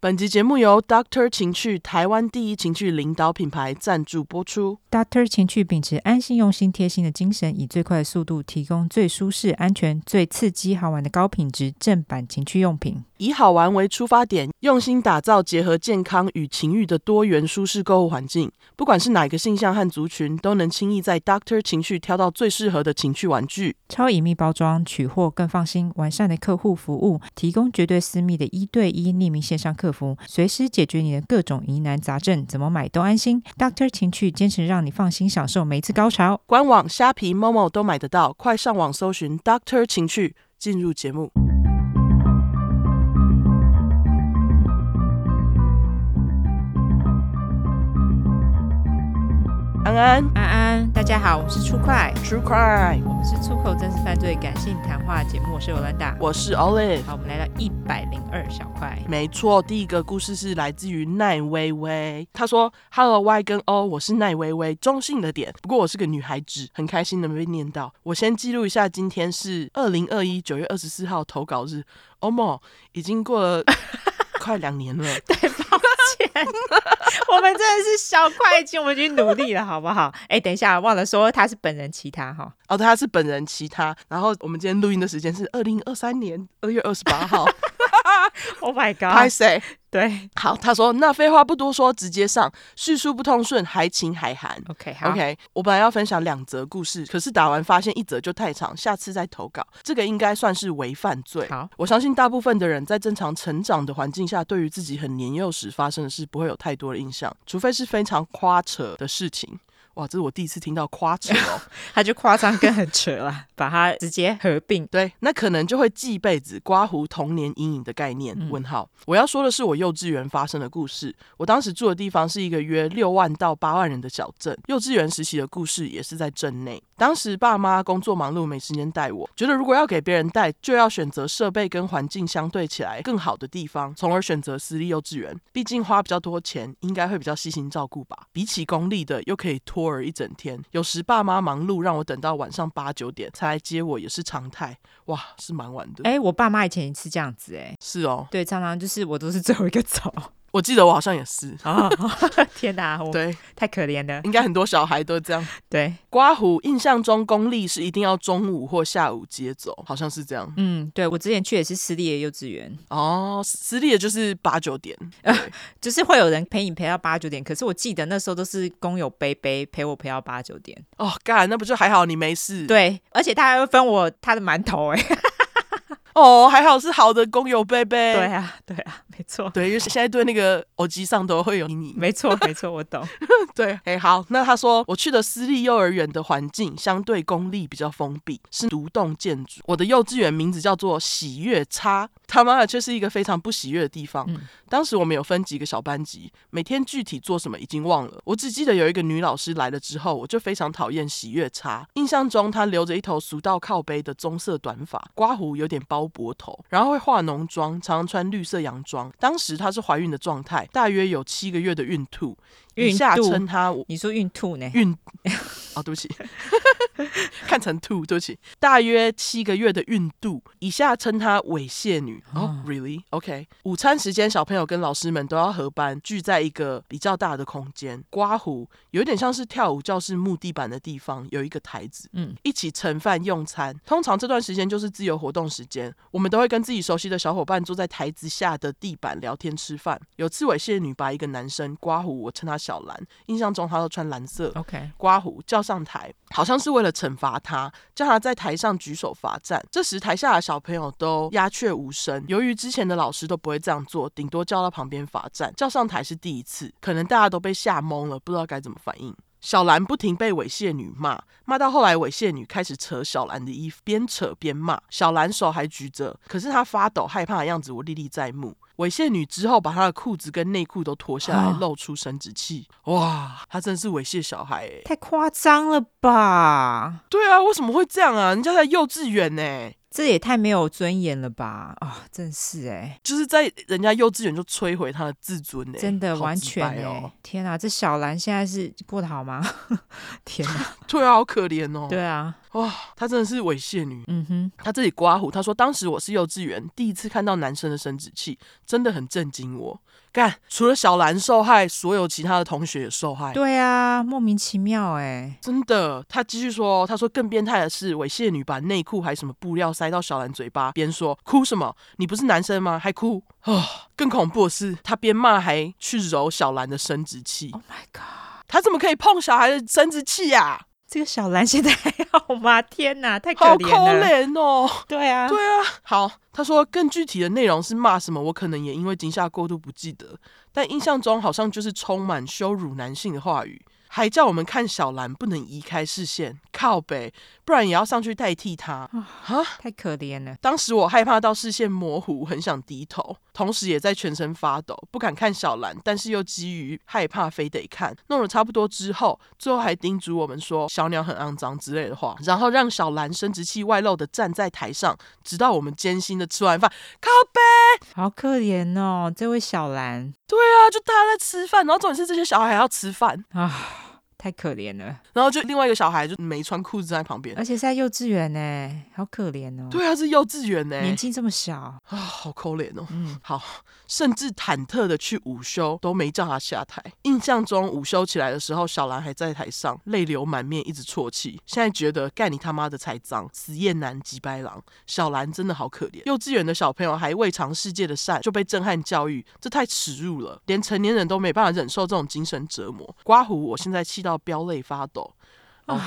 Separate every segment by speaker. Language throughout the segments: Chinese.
Speaker 1: 本集节目由 Doctor 情趣台湾第一情趣领导品牌赞助播出。
Speaker 2: Doctor 情趣秉持安心、用心、贴心的精神，以最快的速度提供最舒适、安全、最刺激、好玩的高品质正版情趣用品。
Speaker 1: 以好玩为出发点，用心打造结合健康与情欲的多元舒适购物环境。不管是哪个性向和族群，都能轻易在 Doctor 情趣挑到最适合的情趣玩具。
Speaker 2: 超隐秘包装，取货更放心，完善的客户服务，提供绝对私密的一对一匿名线上客服，随时解决你的各种疑难杂症，怎么买都安心。Doctor 情趣坚持让你放心享受每一次高潮。
Speaker 1: 官网、虾皮、Momo 都买得到，快上网搜寻 Doctor 情趣，进入节目。安安
Speaker 2: 安安，大家好，我们是出快，
Speaker 1: ，True Crime，
Speaker 2: 我们是出口真实犯罪感性谈话节目，我是尤兰达。
Speaker 1: 我是 Olive。
Speaker 2: 好，我们来到一百零二小块。
Speaker 1: 没错，第一个故事是来自于奈微微。她说：“Hello Y 跟 O，我是奈微微，中性的点。不过我是个女孩子，很开心能被念到。我先记录一下，今天是二零二一九月二十四号投稿日。欧莫已经过了快两年了。
Speaker 2: 我们真的是小会计，我们已经努力了，好不好？哎、等一下，忘了说他是本人其他哈。
Speaker 1: 哦，对，他是本人其他。然后我们今天录音的时间是二零二三年二月二十八号。
Speaker 2: Oh my
Speaker 1: 拍
Speaker 2: god！
Speaker 1: 谁？
Speaker 2: 对
Speaker 1: 好，他说那废话不多说，直接上。叙述不通顺，还情还涵。
Speaker 2: ，OK，好
Speaker 1: OK，我本来要分享两则故事，可是打完发现一则就太长，下次再投稿。这个应该算是违犯罪。
Speaker 2: 好，
Speaker 1: 我相信大部分的人在正常成长的环境下，对于自己很年幼时发生的事不会有太多的印象，除非是非常夸扯的事情。哇，这是我第一次听到夸扯哦。
Speaker 2: 他就夸张跟很扯啦， 把它直接合并。
Speaker 1: 对，那可能就会记一辈子，刮胡童年阴影的概念。问号，我要说的是我幼稚园发生的故事。我当时住的地方是一个约六万到八万人的小镇，幼稚园实习的故事也是在镇内。当时爸妈工作忙碌，没时间带我，觉得如果要给别人带，就要选择设备跟环境相对起来更好的地方，从而选择私立幼稚园。毕竟花比较多钱，应该会比较细心照顾吧。比起公立的，又可以托儿一整天，有时爸妈忙碌，让我等到晚上八九点才来接我，也是常态。哇，是蛮晚的。
Speaker 2: 哎、我爸妈以前也是这样子、哎，
Speaker 1: 是哦，
Speaker 2: 对，常常就是我都是最后一个走。
Speaker 1: 我记得我好像也是。
Speaker 2: 啊、 天哪，我
Speaker 1: 对，
Speaker 2: 太可怜了。
Speaker 1: 应该很多小孩都这样。
Speaker 2: 对，
Speaker 1: 刮胡印象中公立是一定要中午或下午接走，好像是这样。
Speaker 2: 嗯，对我之前去也是私立的幼稚园，
Speaker 1: 哦，私立的就是八九点。
Speaker 2: 就是会有人陪你陪到八九点，可是我记得那时候都是工友杯杯陪我陪到八九点。
Speaker 1: 哦，干，那不就还好你没事？，
Speaker 2: 对，而且他还会分我他的馒头、哎，
Speaker 1: 哦，还好是好的工友贝贝。
Speaker 2: 对啊， 对啊，没错，
Speaker 1: 对，因为现在对那个耳机上都会有你。
Speaker 2: 没错，没错，我懂。
Speaker 1: 对，哎，好，那他说我去的私立幼儿园的环境相对公立比较封闭，是独栋建筑。我的幼稚园名字叫做喜悦差，他妈的却是一个非常不喜悦的地方。
Speaker 2: 嗯
Speaker 1: 当时我们有分几个小班级，每天具体做什么已经忘了，我只记得有一个女老师来了之后，我就非常讨厌喜悦差。印象中她留着一头俗到靠背的棕色短发，刮胡有点包脖头，然后会化浓妆，常常穿绿色洋装。当时她是怀孕的状态，大约有七个月的孕吐，以
Speaker 2: 孕
Speaker 1: 下
Speaker 2: 吐
Speaker 1: 称她
Speaker 2: 你说孕吐呢？
Speaker 1: 孕哦，对不起， 看成吐，对不起，大约七个月的孕肚，以下称她猥亵女。哦、r e a l l y o k 午餐时间，小朋友跟老师们都要合班，聚在一个比较大的空间，刮胡，有点像是跳舞教室木地板的地方，有一个台子，
Speaker 2: 嗯，
Speaker 1: 一起盛饭用餐。通常这段时间就是自由活动时间，我们都会跟自己熟悉的小伙伴坐在台子下的地板聊天吃饭。有次猥亵女把一个男生刮胡，我称他小蓝，印象中他都穿蓝色
Speaker 2: OK，
Speaker 1: 刮胡叫上台，好像是为了惩罚他，叫他在台上举手罚站。这时台下的小朋友都鸦雀无声，由于之前的老师都不会这样做，顶多叫到旁边罚站。叫上台是第一次，可能大家都被吓懵了，不知道该怎么反应。小兰不停被猥亵女骂，骂到后来，猥亵女开始扯小兰的衣服，边扯边骂。小兰手还举着，可是她发抖害怕的样子，我历历在目。猥亵女之后，把她的裤子跟内裤都脱下来
Speaker 2: 啊，
Speaker 1: 露出生殖器。哇，她真是猥亵小孩欸
Speaker 2: 太夸张了吧？
Speaker 1: 对啊，为什么会这样啊？人家在幼稚园呢、
Speaker 2: 这也太没有尊严了吧？啊、真是哎、
Speaker 1: 就是在人家幼稚园就摧毁他的自尊呢、
Speaker 2: 真的
Speaker 1: 好
Speaker 2: 完
Speaker 1: 直
Speaker 2: 全
Speaker 1: 白
Speaker 2: 哎、
Speaker 1: 哦。
Speaker 2: 天哪，这小兰现在是过得好吗？天哪，
Speaker 1: 对啊，好可怜哦。
Speaker 2: 对啊，
Speaker 1: 哇，她真的是猥亵女。
Speaker 2: 嗯哼，
Speaker 1: 她这里刮胡，她说当时我是幼稚园，第一次看到男生的生殖器，真的很震惊我。干，除了小兰受害，所有其他的同学也受害。
Speaker 2: 对啊，莫名其妙哎、
Speaker 1: 真的，他继续说，他说更变态的是，猥亵女把内裤还什么布料塞到小兰嘴巴，边说哭什么？你不是男生吗？还哭啊、更恐怖的是，他边骂还去揉小兰的生殖器，
Speaker 2: Oh my god！
Speaker 1: 他怎么可以碰小孩的生殖器呀、
Speaker 2: 这个小兰现在还好吗？ 天哪，太可
Speaker 1: 好
Speaker 2: 怜
Speaker 1: 可
Speaker 2: 了。
Speaker 1: 怜哦！
Speaker 2: 对啊，
Speaker 1: 对啊，好，他说更具体的内容是骂什么，我可能也因为惊吓过度不记得，但印象中好像就是充满羞辱男性的话语，还叫我们看小兰不能移开视线，靠北，不然也要上去代替他。
Speaker 2: 太可怜了。
Speaker 1: 当时我害怕到视线模糊，很想低头，同时也在全身发抖，不敢看小兰，但是又基于害怕，非得看。弄了差不多之后，最后还叮嘱我们说小鸟很肮脏之类的话，然后让小兰生殖器外露的站在台上，直到我们艰辛的吃完饭。靠背
Speaker 2: 好可怜哦，这位小兰
Speaker 1: 啊，就大家在吃饭，然后重点是这些小孩还要吃饭，
Speaker 2: 啊，太可怜了，
Speaker 1: 然后就另外一个小孩就没穿裤子站在旁边。
Speaker 2: 而且是在幼稚园呢，好可怜哦，
Speaker 1: 对啊，是幼稚园呢、
Speaker 2: 年纪这么小，
Speaker 1: 啊，好抠脸哦。
Speaker 2: 嗯，
Speaker 1: 好，甚至忐忑的去午休都没叫他下台。印象中午休起来的时候，小兰还在台上泪流满面，一直啜泣。现在觉得干你他妈的才脏，死厌男几白狼。小兰真的好可怜，幼稚园的小朋友还未尝世界的善就被震撼教育，这太耻辱了，连成年人都没办法忍受这种精神折磨。刮胡，我现在气到飙泪发抖。哦，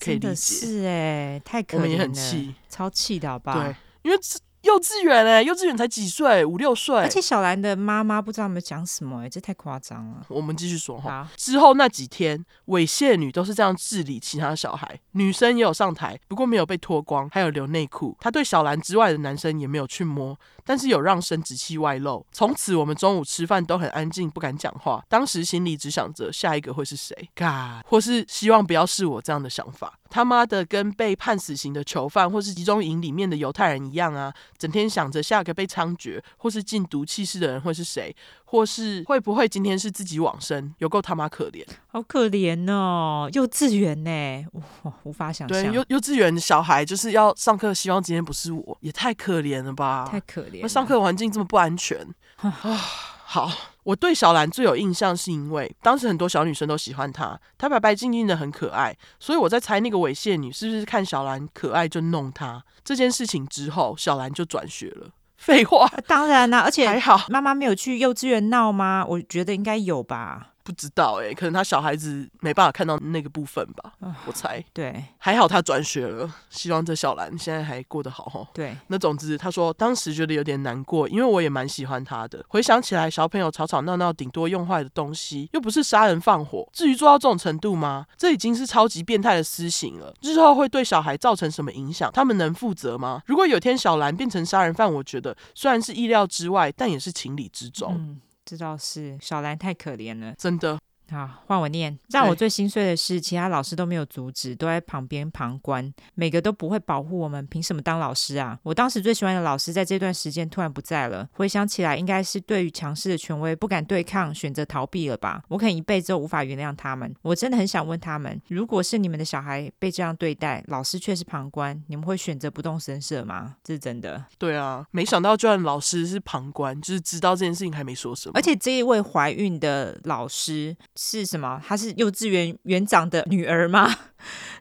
Speaker 1: 可以
Speaker 2: 啊真
Speaker 1: 理
Speaker 2: 的
Speaker 1: 解，
Speaker 2: 是哎，太可怜
Speaker 1: 我
Speaker 2: 了，
Speaker 1: 们也很气，
Speaker 2: 超气的好不好？
Speaker 1: 对，因为这幼稚园哎、幼稚园才几岁，五六岁，
Speaker 2: 而且小兰的妈妈不知道有没有讲什么哎，这太夸张了。
Speaker 1: 我们继续说哈。
Speaker 2: 好，
Speaker 1: 之后那几天，猥亵女都是这样治理其他小孩，女生也有上台，不过没有被脱光，还有留内裤。她对小兰之外的男生也没有去摸，但是有让生殖器外露。从此我们中午吃饭都很安静，不敢讲话。当时心里只想着下一个会是谁，嘎，或是希望不要是我这样的想法。他妈的，跟被判死刑的囚犯或是集中营里面的犹太人一样啊，整天想着下个被枪决或是禁毒气室的人会是谁，或是会不会今天是自己往生，有够他妈可怜。
Speaker 2: 好可怜哦，幼稚园呢，哇，无法想
Speaker 1: 对，
Speaker 2: 象，
Speaker 1: 幼幼稚园的小孩就是要上课，希望今天不是我，也太可怜了吧？
Speaker 2: 太可怜
Speaker 1: 那
Speaker 2: 了。
Speaker 1: 上课环境这么不安 全啊！好，我对小兰最有印象是因为当时很多小女生都喜欢她，她白白净净的很可爱，所以我在猜那个猥亵女是不是看小兰可爱就弄她。这件事情之后，小兰就转学了。废话，
Speaker 2: 啊当然啦，而且
Speaker 1: 还好
Speaker 2: 妈妈没有去幼稚园闹吗？我觉得应该有吧。
Speaker 1: 不知道诶、可能她小孩子没办法看到那个部分吧，我猜。
Speaker 2: 对
Speaker 1: 还好她转学了，希望这小兰现在还过得好哦。
Speaker 2: 对，
Speaker 1: 那总之，他说当时觉得有点难过，因为我也蛮喜欢他的。回想起来，小朋友吵吵闹闹，顶多用坏的东西，又不是杀人放火。至于做到这种程度吗？这已经是超级变态的私刑了。日后会对小孩造成什么影响？他们能负责吗？如果有天小兰变成杀人犯，我觉得虽然是意料之外，但也是情理之中。
Speaker 2: 嗯，这倒是小兰太可怜了。
Speaker 1: 真的，
Speaker 2: 好，换我念。让我
Speaker 1: 对
Speaker 2: 最心碎的是，其他老师都没有阻止，都在旁边旁观，每个都不会保护我们，凭什么当老师啊？我当时最喜欢的老师在这段时间突然不在了，回想起来，应该是对于强势的权威不敢对抗，选择逃避了吧？我可能一辈子都无法原谅他们。我真的很想问他们，如果是你们的小孩被这样对待，老师却是旁观，你们会选择不动声色吗？这是真的。
Speaker 1: 对啊，没想到居然老师是旁观，就是知道这件事情还没说什么。
Speaker 2: 而且这一位怀孕的老师是什么？她是幼稚园园长的女儿吗？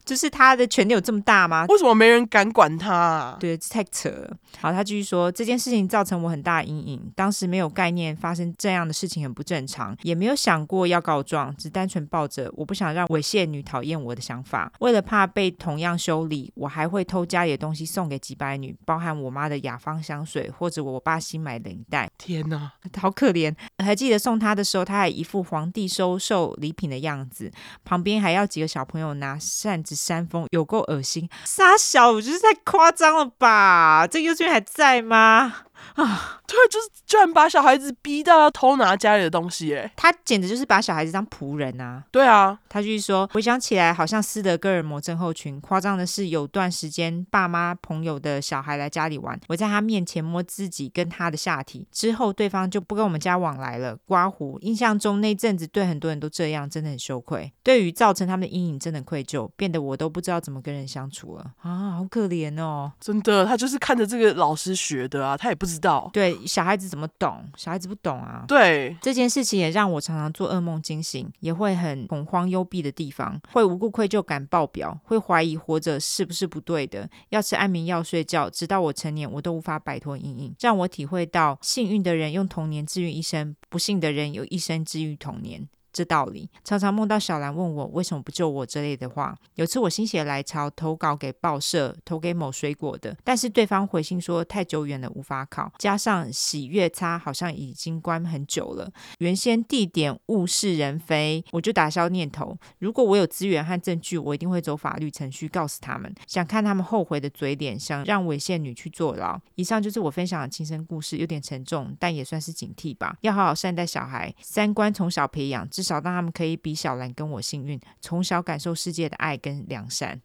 Speaker 2: 就是她的权力有这么大吗？
Speaker 1: 为什么没人敢管他、啊？
Speaker 2: 对，这太扯了。好，他继续说，这件事情造成我很大的阴影，当时没有概念发生这样的事情很不正常，也没有想过要告状，只单纯抱着我不想让猥亵女讨厌我的想法。为了怕被同样修理，我还会偷家里的东西送给几百女，包含我妈的雅芳香水或者我爸新买的领带。
Speaker 1: 天哪，
Speaker 2: 好可怜！还记得送他的时候，他还一副皇帝收受礼品的样子，旁边还要几个小朋友拿扇子扇风，有够恶心！傻小，我觉得太夸张了吧？这幼稚园还在吗？
Speaker 1: 对，就是居然把小孩子逼到要偷拿家里的东西、哎，
Speaker 2: 他简直就是把小孩子当仆人啊！
Speaker 1: 对啊，
Speaker 2: 他就是说，回想起来好像斯德哥尔摩症候群。夸张的是，有段时间爸妈朋友的小孩来家里玩，我在他面前摸自己跟他的下体，之后对方就不跟我们家往来了。刮胡，印象中那阵子对很多人都这样，真的很羞愧。对于造成他们的阴影，真的很愧疚，变得我都不知道怎么跟人相处了啊，好可怜哦。
Speaker 1: 真的，他就是看着这个老师学的啊，他也不知道。
Speaker 2: 对，小孩子怎么懂？小孩子不懂啊。
Speaker 1: 对，
Speaker 2: 这件事情也让我常常做噩梦惊醒，也会很恐慌、幽闭的地方，会无故愧疚感爆表，会怀疑活着是不是不对的，要吃安眠药、睡觉，直到我成年，我都无法摆脱阴影，让我体会到幸运的人用童年治愈一生，不幸的人用一生治愈童年。这道理常常梦到小兰问我为什么不救我之类的话。有次我心血来潮投稿给报社，投给某水果的，但是对方回信说太久远了无法考，加上喜悦差好像已经关很久了，原先地点物是人非，我就打消念头。如果我有资源和证据，我一定会走法律程序告诉他们，想看他们后悔的嘴脸，想让猥亵女去坐牢。以上就是我分享的亲身故事，有点沉重，但也算是警惕吧。要好好善待小孩，三观从小培养，至少让他们可以比小兰跟我幸运，从小感受世界的爱跟良善。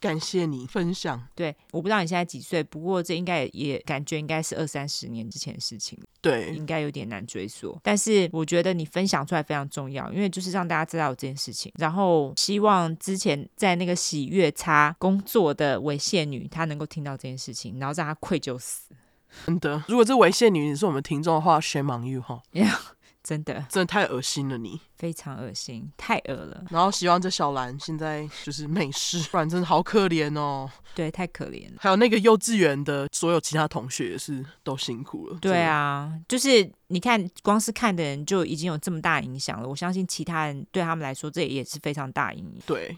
Speaker 1: 感谢你分享。
Speaker 2: 对，我不知道你现在几岁，不过这应该也也感觉应该是二三十年之前的事情了。
Speaker 1: 对，
Speaker 2: 应该有点难追溯。但是我觉得你分享出来非常重要，因为就是让大家知道有这件事情。然后希望之前在那个喜悦差工作的猥亵女，她能够听到这件事情，然后让她愧疚死。
Speaker 1: 真的，如果这猥亵女你是我们听众的话，shame on you 哈，
Speaker 2: 真的
Speaker 1: 真的太恶心了你。
Speaker 2: 非常恶心，太恶了，
Speaker 1: 然后希望这小兰现在就是没事， 不然真的好可怜哦。
Speaker 2: 对，太可怜了。
Speaker 1: 还有那个幼稚园的所有其他同学也是都辛苦了。
Speaker 2: 对啊，就是你看，光是看的人就已经有这么大的影响了。我相信其他人对他们来说，这也是非常大的阴影。
Speaker 1: 真的，对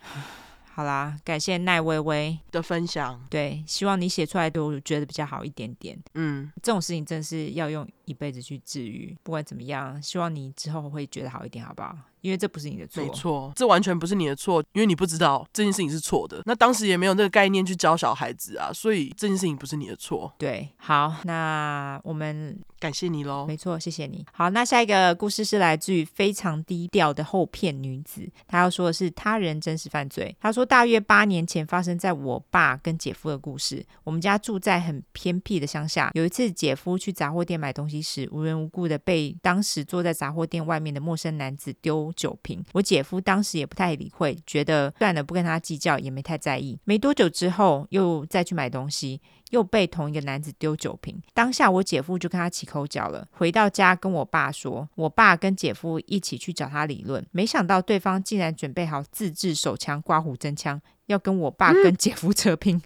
Speaker 2: 好啦，感谢奈微微，
Speaker 1: 的分享，
Speaker 2: 对，希望你写出来的我觉得比较好一点点。
Speaker 1: 嗯，
Speaker 2: 这种事情真的是要用一辈子去治愈。不管怎么样，希望你之后会觉得好一点，好不好？因为这不是你的错
Speaker 1: 没。错，这完全不是你的错，因为你不知道这件事情是错的。那当时也没有那个概念去教小孩子啊，所以这件事情不是你的错。
Speaker 2: 对，好，那我们
Speaker 1: 感谢你喽。
Speaker 2: 哦没错，谢谢你。好，那下一个故事是来自于非常低调的后骗女子，她要说的是他人真实犯罪。她说，大约八年前发生在我爸跟姐夫的故事。我们家住在很偏僻的乡下，有一次姐夫去杂货店买东西时，无缘无故的被当时坐在杂货店外面的陌生男子丢酒瓶。我姐夫当时也不太理会，觉得算了，不跟他计较，也没太在意。没多久之后，又再去买东西，又被同一个男子丢酒瓶。当下我姐夫就跟他起口角了。回到家跟我爸说，我爸跟姐夫一起去找他理论，没想到对方竟然准备好自制手枪、刮胡真枪，要跟我爸跟姐夫扯平。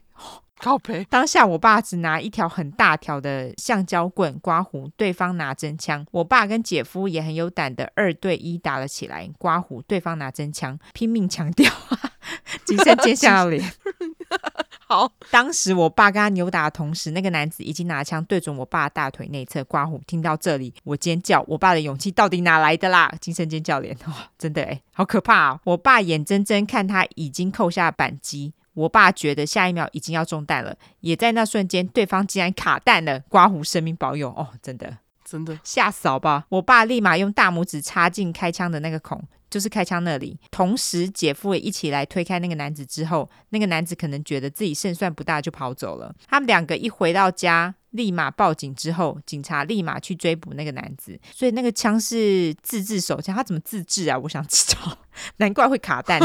Speaker 1: 靠背，
Speaker 2: 当下我爸只拿一条很大条的橡胶棍刮胡，对方拿真枪。我爸跟姐夫也很有胆的二对一打了起来，刮胡，对方拿真枪，拼命强调， 谨慎接下了脸。
Speaker 1: 好，
Speaker 2: 当时我爸跟他扭打的同时，那个男子已经拿枪对准我爸大腿内侧刮胡。听到这里，我尖叫，我爸的勇气到底哪来的啦？精神尖叫脸， 哇、真的诶，好可怕、哦！我爸眼睁睁看他已经扣下扳机。我爸觉得下一秒已经要中弹了，也在那瞬间，对方竟然卡弹了，刮胡神明保佑哦，真的
Speaker 1: 真的
Speaker 2: 吓死好不好？我爸立马用大拇指插进开枪的那个孔，就是开枪那里。同时，姐夫也一起来推开那个男子之后，那个男子可能觉得自己胜算不大，就跑走了。他们两个一回到家。立马报警之后，警察立马去追捕那个男子，所以那个枪是自制手枪，他怎么自制啊？我想知道，难怪会卡弹。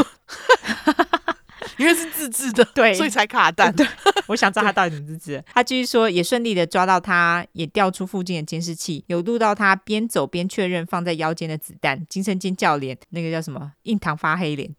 Speaker 1: 因为是自制的，
Speaker 2: 对
Speaker 1: 所以才卡蛋。对，
Speaker 2: 我想知道他到底怎么自制。他继续说，也顺利的抓到他，也调出附近的监视器，有录到他边走边确认放在腰间的子弹，精神尖叫脸，那个叫什么？印堂发黑脸。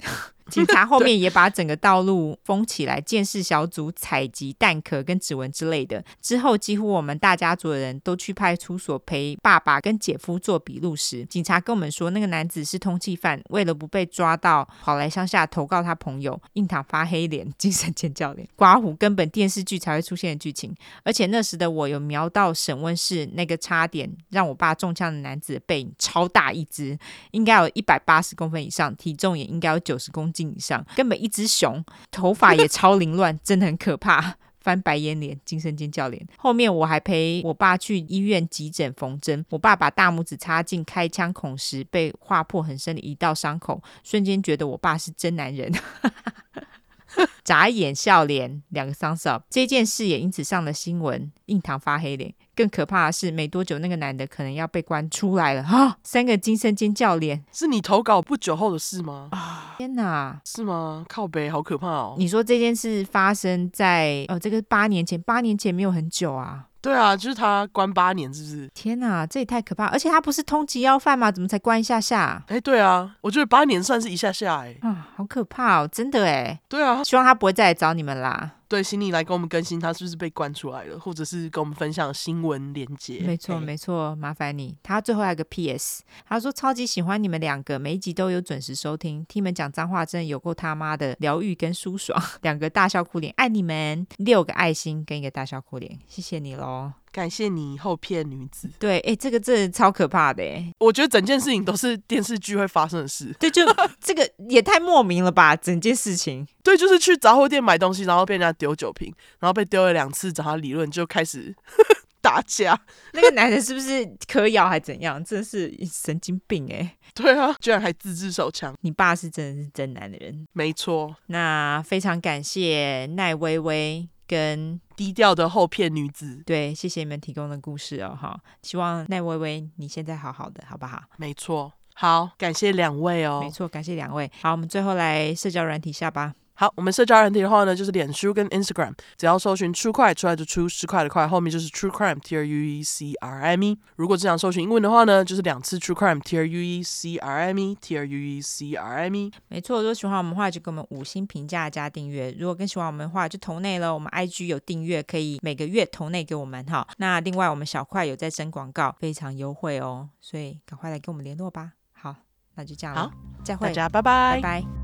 Speaker 2: 警察后面也把整个道路封起来，监视小组采集弹壳跟指纹之类的。之后，几乎我们大家族的人都去派出所陪爸爸跟姐夫做笔录时，警察跟我们说，那个男子是通缉犯，为了不被抓到，跑来乡下投告他朋友，印堂发黑脸，精神尖叫脸，刮胡，根本电视剧才会出现的剧情。而且那时的我有瞄到审问室那个差点让我爸中枪的男子的背影，超大一只，应该有一百八十公分以上，体重 也应该有九十公斤以上，根本一只熊，头发也超凌乱，真的很可怕。翻白眼脸，惊声尖叫脸。后面我还陪我爸去医院急诊缝针，我爸把大拇指插进开枪孔时，被划破很深的一道伤口，瞬间觉得我爸是真男人。 眨眼笑脸，两个 thumbs up。这件事也因此上了新闻，印堂发黑脸。更可怕的是，没多久那个男的可能要被关出来了啊！三个惊声尖叫脸，
Speaker 1: 是你投稿不久后的事吗？
Speaker 2: 天哪！
Speaker 1: 是吗？靠北，好可怕哦！
Speaker 2: 啊你说这件事发生在哦，这个八年前，八年前没有很久啊！
Speaker 1: 对啊，就是他关八年，是不是？
Speaker 2: 天哪，这也太可怕！而且他不是通缉要犯吗？怎么才关一下下
Speaker 1: 哎、对啊，我觉得八年算是一下下哎、
Speaker 2: 啊？好可怕哦，真的哎！
Speaker 1: 对啊，
Speaker 2: 希望他不会再来找你们啦。
Speaker 1: 对，请你来跟我们更新他是不是被关出来了，或者是跟我们分享新闻连接。
Speaker 2: 没错，
Speaker 1: 哎
Speaker 2: 没错，麻烦你。他最后还有个 P.S.，他说超级喜欢你们两个，每一集都有准时收听，听你们讲脏话真的有够他妈的疗愈跟舒爽，两个大笑哭脸，爱你们，六个爱心跟一个大笑哭脸，谢谢你喽。
Speaker 1: 感谢你后骗女子。
Speaker 2: 对，哎，这个真的超可怕的哎，
Speaker 1: 我觉得整件事情都是电视剧会发生的事。
Speaker 2: 对，就这个也太莫名了吧，整件事情。
Speaker 1: 对，就是去杂货店买东西，然后被人家丢酒瓶，然后被丢了两次，找他理论就开始 打架。
Speaker 2: 那个男的是不是嗑药还怎样？真的是神经病哎！
Speaker 1: 对啊，居然还自制手枪，
Speaker 2: 你爸是真的是真男人。
Speaker 1: 没错，
Speaker 2: 那非常感谢奈微微跟
Speaker 1: 低调的后骗女子，
Speaker 2: 对，谢谢你们提供的故事哦，哈，希望奈微微你现在好好的，好不好？
Speaker 1: 没错。好，感谢两位哦
Speaker 2: 没。错，感谢两位。好，我们最后来社交软体下吧。
Speaker 1: 好，我们社交软体的话呢，就是脸书跟 Instagram，只要搜寻 True 快出来就出十块的快，后面就是 True Crime T R U E C R I M E。如果只想搜寻英文的话呢，就是两次 True Crime T R U E C R I M E T R U E C R I M E。
Speaker 2: 没错，如果喜欢我们的话，就给我们五星评价加订阅；如果更喜欢我们的话，就投内了。我们 IG 有订阅，可以每个月投内给我们哈。那另外，我们小块有在征广告，非常优惠哦，所以赶快来跟我们联络吧。好，那就这样了
Speaker 1: 好，
Speaker 2: 再
Speaker 1: 大
Speaker 2: 会，
Speaker 1: 家拜
Speaker 2: 拜
Speaker 1: 拜。
Speaker 2: 拜。